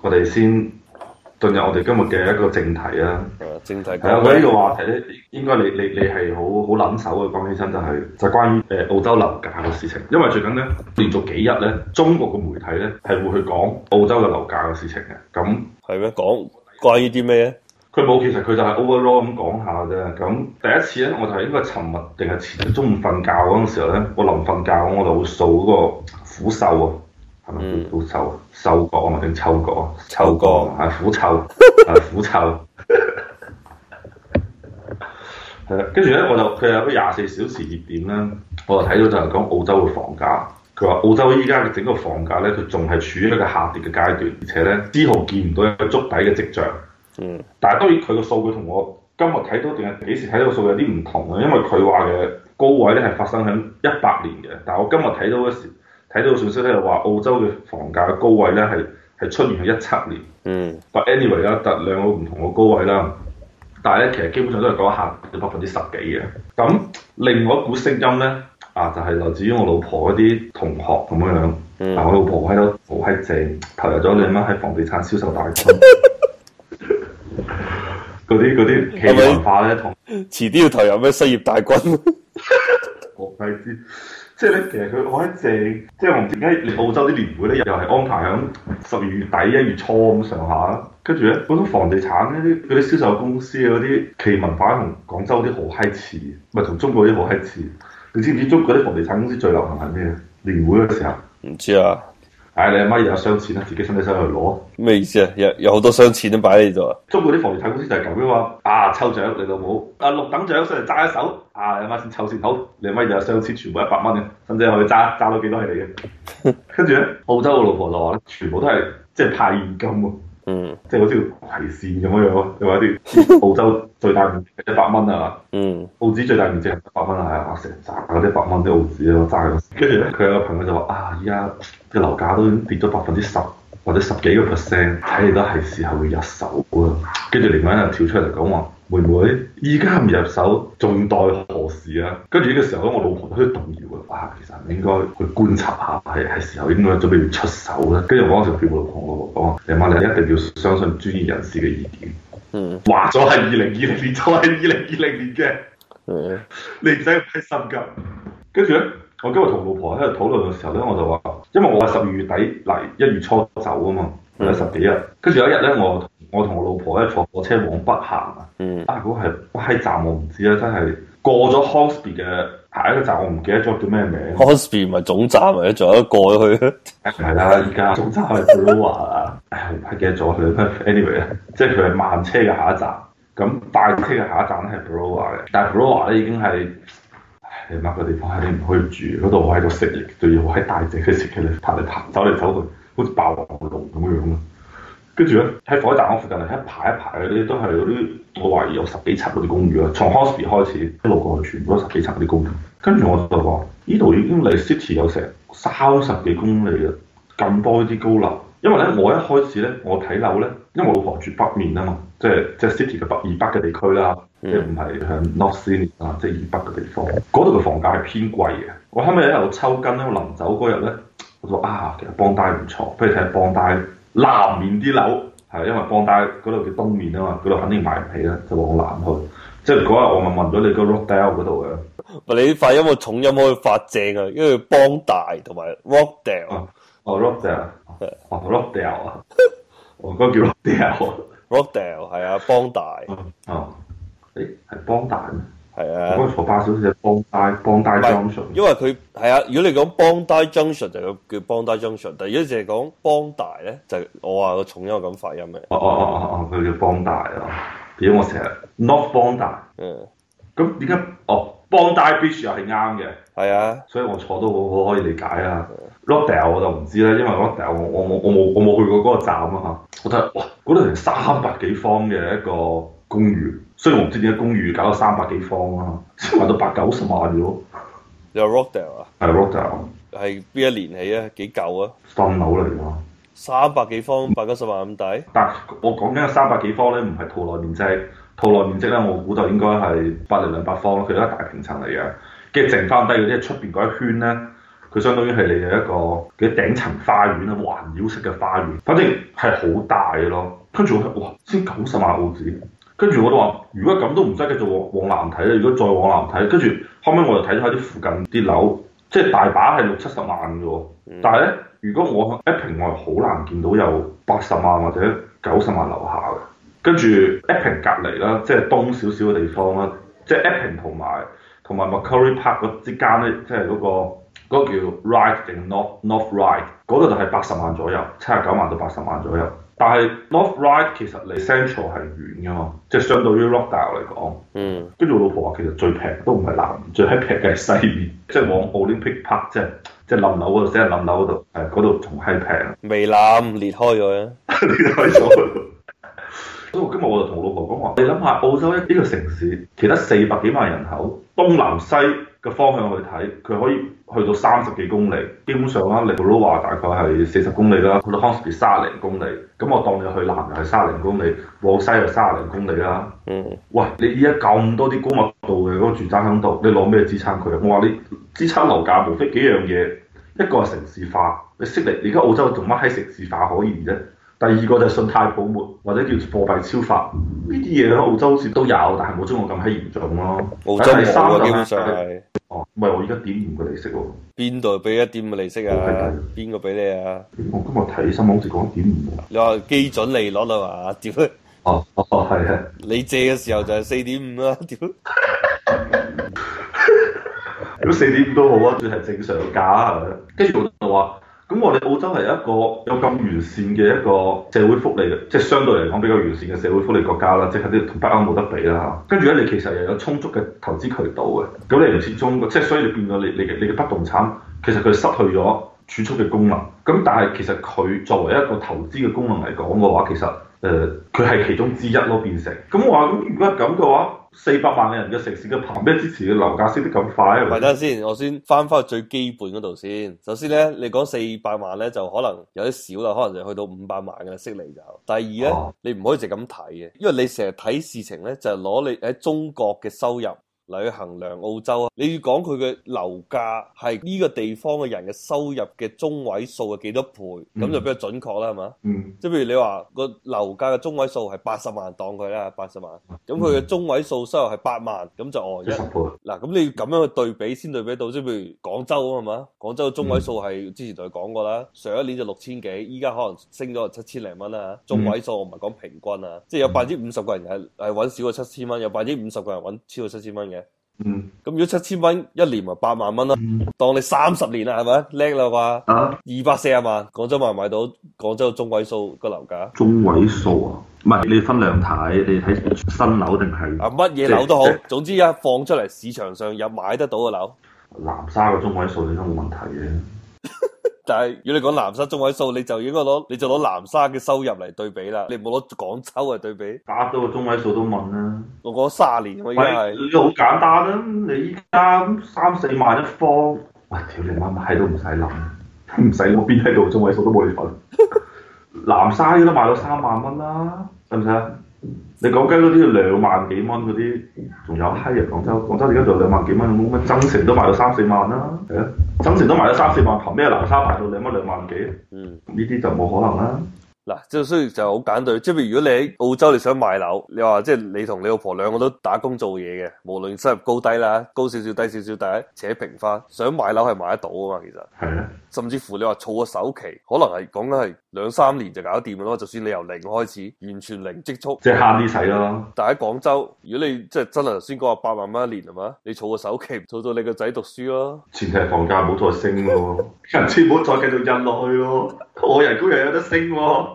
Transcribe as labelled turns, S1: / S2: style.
S1: 我哋先進入我哋今日嘅一個正題啊。
S2: 係嘛？正題
S1: 係啊，
S2: 講
S1: 我呢個話題咧，應該你你你係好好撚手嘅講起身就係、就關於誒、澳洲樓價嘅事情，因為最近咧連續幾日咧，中國嘅媒體咧係會去講澳洲嘅樓價嘅事情嘅，咁
S2: 係咩？講關於啲咩？
S1: 佢冇，其實佢就係 overall 咁講下啫。咁第一次咧，我就係應該尋日定係前日中午瞓覺嗰陣時候咧，我臨瞓覺我就會掃嗰個虎嗅啊，係咪
S2: 嗯
S1: 叫虎嗅啊？嗅覺啊嘛定嗅覺啊？啊
S2: 嗅覺
S1: 係虎嗅，係虎嗅。 係啦，跟住咧我就佢有個廿四小時熱點咧，我就睇到就係講澳洲嘅房價。佢話澳洲依家嘅整個房價咧，佢仲係處於一個下跌嘅階段，而且咧絲毫見唔到一個築底嘅跡象。
S2: 嗯，
S1: 但係當然佢個數據同我今日睇到定係幾時睇到個數據有啲唔同啊，因為佢話嘅高位咧係發生喺一百年嘅，但係我今日睇到嗰時睇到嘅信息咧就話澳洲嘅房價嘅高位咧係係出現喺一七年。
S2: 嗯，
S1: 但 anyway 啦，特兩個唔同嘅高位啦，但係咧其實基本上都係講下跌百分之十幾嘅。咁另外一股聲音咧啊，就係、來自於我老婆嗰啲同學咁樣樣。
S2: 嗯
S1: 啊，我老婆喺度好閪正，投入咗兩蚊喺房地產銷售大軍。嗰啲嗰啲企業文化咧，同
S2: 遲啲要投入咩失業大軍？
S1: 我鬼知，即係咧，其實佢好閪正，即係我唔知點解嚟澳洲啲年會咧，又係安排響十二月底一月初咁上下，跟住咧嗰種房地產咧，啲嗰啲銷售公司啊嗰啲企業文化同廣州啲好閪似，唔係同中國啲好閪似。你知唔知中國啲房地產公司最流行係咩？年會嘅時候，
S2: 唔知啊，
S1: 唉、你阿媽又有箱錢啦，自己伸隻手去攞。
S2: 咩意思啊？有有好多箱錢都擺喺你度啊？
S1: 中國啲房地產公司就係咁嘅嘛，啊抽獎你老母，啊六等獎上嚟揸一手，啊你阿媽先抽先好，你阿媽就有雙千全部一百蚊嘅，甚至可以揸揸到幾多係你嘅。跟住咧，澳洲嘅老婆就話咧，全部都係即係派現金喎，
S2: 嗯
S1: 即係好似圍線咁樣樣咯。你話啲澳洲最大面積一百蚊啊，
S2: 嗯
S1: 澳紙最大面積係一百蚊啊，係啊，成扎嗰啲一百蚊啲澳紙啊，揸咗。跟住咧，佢有個朋友就話啊，而家嘅樓價都跌咗百分之十或者十幾個 percent，睇嚟都係時候要入手啦。跟住另外一個人跳出嚟講話，妹妹，依家唔入手，仲待何時啊？跟住呢個時候咧，我老婆都喺度動搖啦。啊，其實唔應該去觀察下，係係時候應該準備要出手啦。跟住我嗰時叫我老婆，我老婆講話，你阿媽你一定要相信專業人士嘅意見。
S2: 嗯
S1: 話咗係二零二零年，就係二零二零年嘅。
S2: 嗯
S1: 你唔使咁閪心急。跟住咧，我今日同老婆喺度討論嘅時候咧，我就話，因為我係十二月底嚟，一月初走啊嘛，有十幾日。跟住有一日咧，我我同我老婆咧坐火車往北行啊，
S2: 嗯
S1: 啊嗰個係閪站我唔知啊啦，真係過咗 Hornsby 嘅下一個站，我唔記得咗叫咩名。
S2: ，Hosby 咪總站咪仲有一個咗去，
S1: 係啦，依家總之係 b l u 啊，唉，我唔係記得咗佢。anyway 咧，即係佢係慢車嘅下一站，咁快車嘅下一站咧係 b l u 嘅，但係 b l u 咧已經係。唉你媽個地方係你唔可以住，嗰度我喺度食力，仲要我喺大隻嘅食嘅，你爬嚟爬走嚟走去，好似霸王龍咁樣咯。跟住咧喺火車站嗰附近係一排一排嗰啲都係嗰啲，我懷疑有十幾層嗰啲公寓啦，從 Hosby 開始一路過去，全部都十幾層嗰啲公寓。跟住我就話：呢度已經離 City 有成三十幾公里啦，咁多啲高樓。因為咧，我一開始咧，我睇樓咧，因為我老婆住北面啊嘛，即係即係 City 嘅北以北嘅地區啦，即係唔係向 North Sydney 啊，即係以北嘅地方。嗰度嘅房價係偏貴嘅。我後尾喺度抽筋咧，我臨走嗰日咧。我就話啊，其實邦帶唔錯，不如睇下邦帶南面啲樓，係因為邦帶嗰度叫東面啊嘛，嗰度肯定買唔起啦，就往南去。即係嗰日我咪問咗你個 Rockdale 嗰度嘅，
S2: 咪你啲發音個重音可以發正啊，因為邦大同埋 Rockdale
S1: 哦 Rockdale，哦 Rockdale 啊， 我嗰個叫 Rockdale 啊
S2: ，Rockdale 係啊，邦大
S1: 哦，誒係邦帶咩？
S2: 係
S1: 我
S2: 啊。
S1: 嗰日坐巴士好似係邦帶邦帶 Junction，
S2: 因為佢係啊，如果你講 Bondi Junction 就叫叫 Bondi Junction，但係如果淨係講邦大咧，就我話個重音係咁發音嘅，
S1: 哦哦哦哦哦，佢叫邦帶啊！屌我成日 North 邦帶，
S2: 嗯，
S1: 咁點解哦邦帶 Beach 又係啱嘅？
S2: 係啊，
S1: 所以我坐都好好可以理解啊。Rockdale 我就唔知啦，因為 Rockdale 我我冇我冇我冇去過嗰個站啊嚇。我睇下哇，嗰度成三百幾方嘅一個公寓，雖然我唔知點解公寓搞到三百幾方啊， 先賣到百九十萬啫喎。
S2: 你話 Rockdale 啊，
S1: 係 Rockdale
S2: 係邊一年起啊？幾舊啊？
S1: 新樓嚟㗎，
S2: 三百幾方，百九十萬咁抵，
S1: 但係我講緊嘅三百幾方咧，唔係套內面積，套內面積咧，我估就應該係百零兩百方咯，佢都係大平層嚟嘅。跟住剩翻低嗰啲出邊嗰一圈咧，佢相當於係你嘅一個嘅頂層花園啊，環繞式嘅花園，反正係好大嘅咯。跟住我睇，哇，先九十萬澳紙。跟住我都話，如果咁都唔使繼續往往南睇啦，如果再往南睇，跟住後尾我就睇咗啲附近啲樓，即係大把係六七十萬嘅喎。但係咧，如果我喺 Epping 我係好難見到有八十萬或者九十萬樓下嘅。跟住 Epping 隔離啦，即係東少少嘅地方啦，即係 Epping 同埋同埋 Macquarie Park 嗰之間咧，即係嗰、個。嗰個叫 Right 定 North North Right，嗰度就係八十萬左右，七十九萬到八十萬左右。但係 North Right 其實離 Central 係遠㗎嘛，即係相對於 Rockdale 嚟講。
S2: 嗯，
S1: 跟住我老婆話其實最平都唔係南面，最閪平嘅係西面， 即係往 Olympic Park 即係即係冧樓嗰度，即係冧樓嗰度，誒嗰度仲閪平。
S2: 微覽裂開咗啊咧，
S1: 你睇咗？所 以我今日我就同我老婆講話，你諗下澳洲呢個城市，其他四百幾萬人口，東南西嘅方向去睇，佢可以去到三十幾公里，基本上啦，你都話大概係四十公里啦，去到 Hornsby 三零公里，咁我當你去南又係三零公里，往西又三零公里啦。
S2: 嗯，
S1: 喂，你依家咁多啲高密度嘅嗰個住宅響度，你攞咩支撐佢啊？我話你支撐樓價無非幾樣嘢，一個係城市化，你悉尼你而家澳洲做乜喺城市化可言啫？第二個就係信貸泡沫或者叫貨幣超發，呢啲嘢喺澳洲好似都有，但係冇中國咁閪嚴重咯。
S2: 澳洲
S1: 第
S2: 冇
S1: 三就
S2: 啊，
S1: 係
S2: 基本上係
S1: 哦，唔係我而家點五個利息喎，
S2: 邊度俾一點嘅利息
S1: 冇
S2: 啊
S1: 計？
S2: 邊個俾你啊？
S1: 我今日睇新聞好似講點五喎。
S2: 你話基準利率啊嘛？屌，
S1: 哦，哦係係。
S2: 你借嘅時候就係四點五啦，屌，
S1: 如果四點都好啊，算係正常價係咪？跟住我就話，咁我哋澳洲係一個有咁完善嘅一個社會福利，即係相對嚟講比較完善嘅社會福利國家啦，即係啲同北歐冇得比啦嚇。跟住咧，你其實又有充足嘅投資渠道嘅，咁你唔似中國，即係所以你變咗你你嘅你嘅不動產其實佢失去咗儲蓄嘅功能。咁但係其實佢作為一個投資嘅功能嚟講嘅話，其實誒佢係其中之一咯，變成咁我話咁如果係咁嘅話，四百萬嘅人嘅城市嘅憑咩支持嘅樓價升得咁快啊？係咪
S2: 咪等下先，我先翻翻去最基本嗰度先。首先咧，你講四百萬咧，就可能有啲少啦，可能就去到五百萬嘅啦，悉尼就。第二咧，
S1: 哦
S2: 你唔可以就咁睇嘅，因為你成日睇事情咧，就係攞你喺中國嘅收入。嚟去衡量澳洲啊，你要講佢嘅樓價係呢個地方嘅人嘅收入嘅中位數係幾多倍，咁、
S1: 嗯
S2: 就比較準確啦，係嘛？
S1: 嗯，
S2: 即係譬如你話個樓價嘅中位數係八十萬，當佢啦八十萬，咁佢嘅中位數收入係八萬，咁就哦
S1: 即
S2: 一
S1: 係十倍。
S2: 嗱，咁你要咁樣去對比先對比到，即係譬如廣州啊嘛，廣州嘅中位數係
S1: 嗯
S2: 之前同你講過啦，上一年就六千幾，依家可能升咗七千零蚊啦。中位數我唔係講平均
S1: 嗯
S2: 啊，即係有百分之五十個人係係揾少過七千蚊，有百分之五十個人揾超過七千蚊嘅。
S1: 嗯
S2: 咁如果七千蚊一年咪八萬蚊啦，
S1: 嗯
S2: 當你三十年啦，係咪叻啦
S1: 啊，
S2: 啩？二百四十萬，廣州買唔買到廣州中位數個樓價？
S1: 中位數啊，唔係你分兩睇，你睇新樓定係
S2: 啊，乜嘢樓都好
S1: 即係，
S2: 總之一放出嚟市場上有買得到嘅樓。
S1: 南沙嘅中位數，你都冇問題嘅。
S2: 但係如果你講南沙中位數，你就應該攞你就攞南沙嘅收入嚟對比啦，你唔好攞廣州嚟對比。
S1: 打到個中位數都問啦，
S2: 我講卅年我已經
S1: 喂，
S2: 係
S1: 呢個好簡單啦、你依家三四萬一方，喂，屌你媽閪都唔使諗，唔使我邊喺度中位數都冇你份。南沙都賣到三萬蚊啦，使唔使啊？你講緊嗰啲兩萬幾蚊嗰啲，仲有閪啊！廣州，廣州而家就兩萬幾蚊咁，乜增城都賣到三四萬啦，係啊，增城都賣到三四萬，憑咩南沙賣到兩蚊兩萬幾？呢
S2: 嗯
S1: 啲就冇可能啦。
S2: 嗱，即係雖然就好簡單，即係譬如如果你喺澳洲你想買樓，你話即係你同你老婆兩個都打工做嘢嘅，無論收入高低啦，高少少低少少，但係扯平翻，想買樓係買得到啊嘛，其實。
S1: 係啊，
S2: 甚至乎你話儲個首期，可能係講緊係兩三年就搞掂嘅咯。就算你由零開始，完全零積蓄，
S1: 即係慳啲使咯。
S2: 但喺廣州，如果你即係真係頭先講話八萬蚊一年係嘛，你儲個首期，儲到你個仔讀書咯。
S1: 前提係房 價唔好再升咯，人錢唔好再繼續印落去咯，我人工又有得升喎。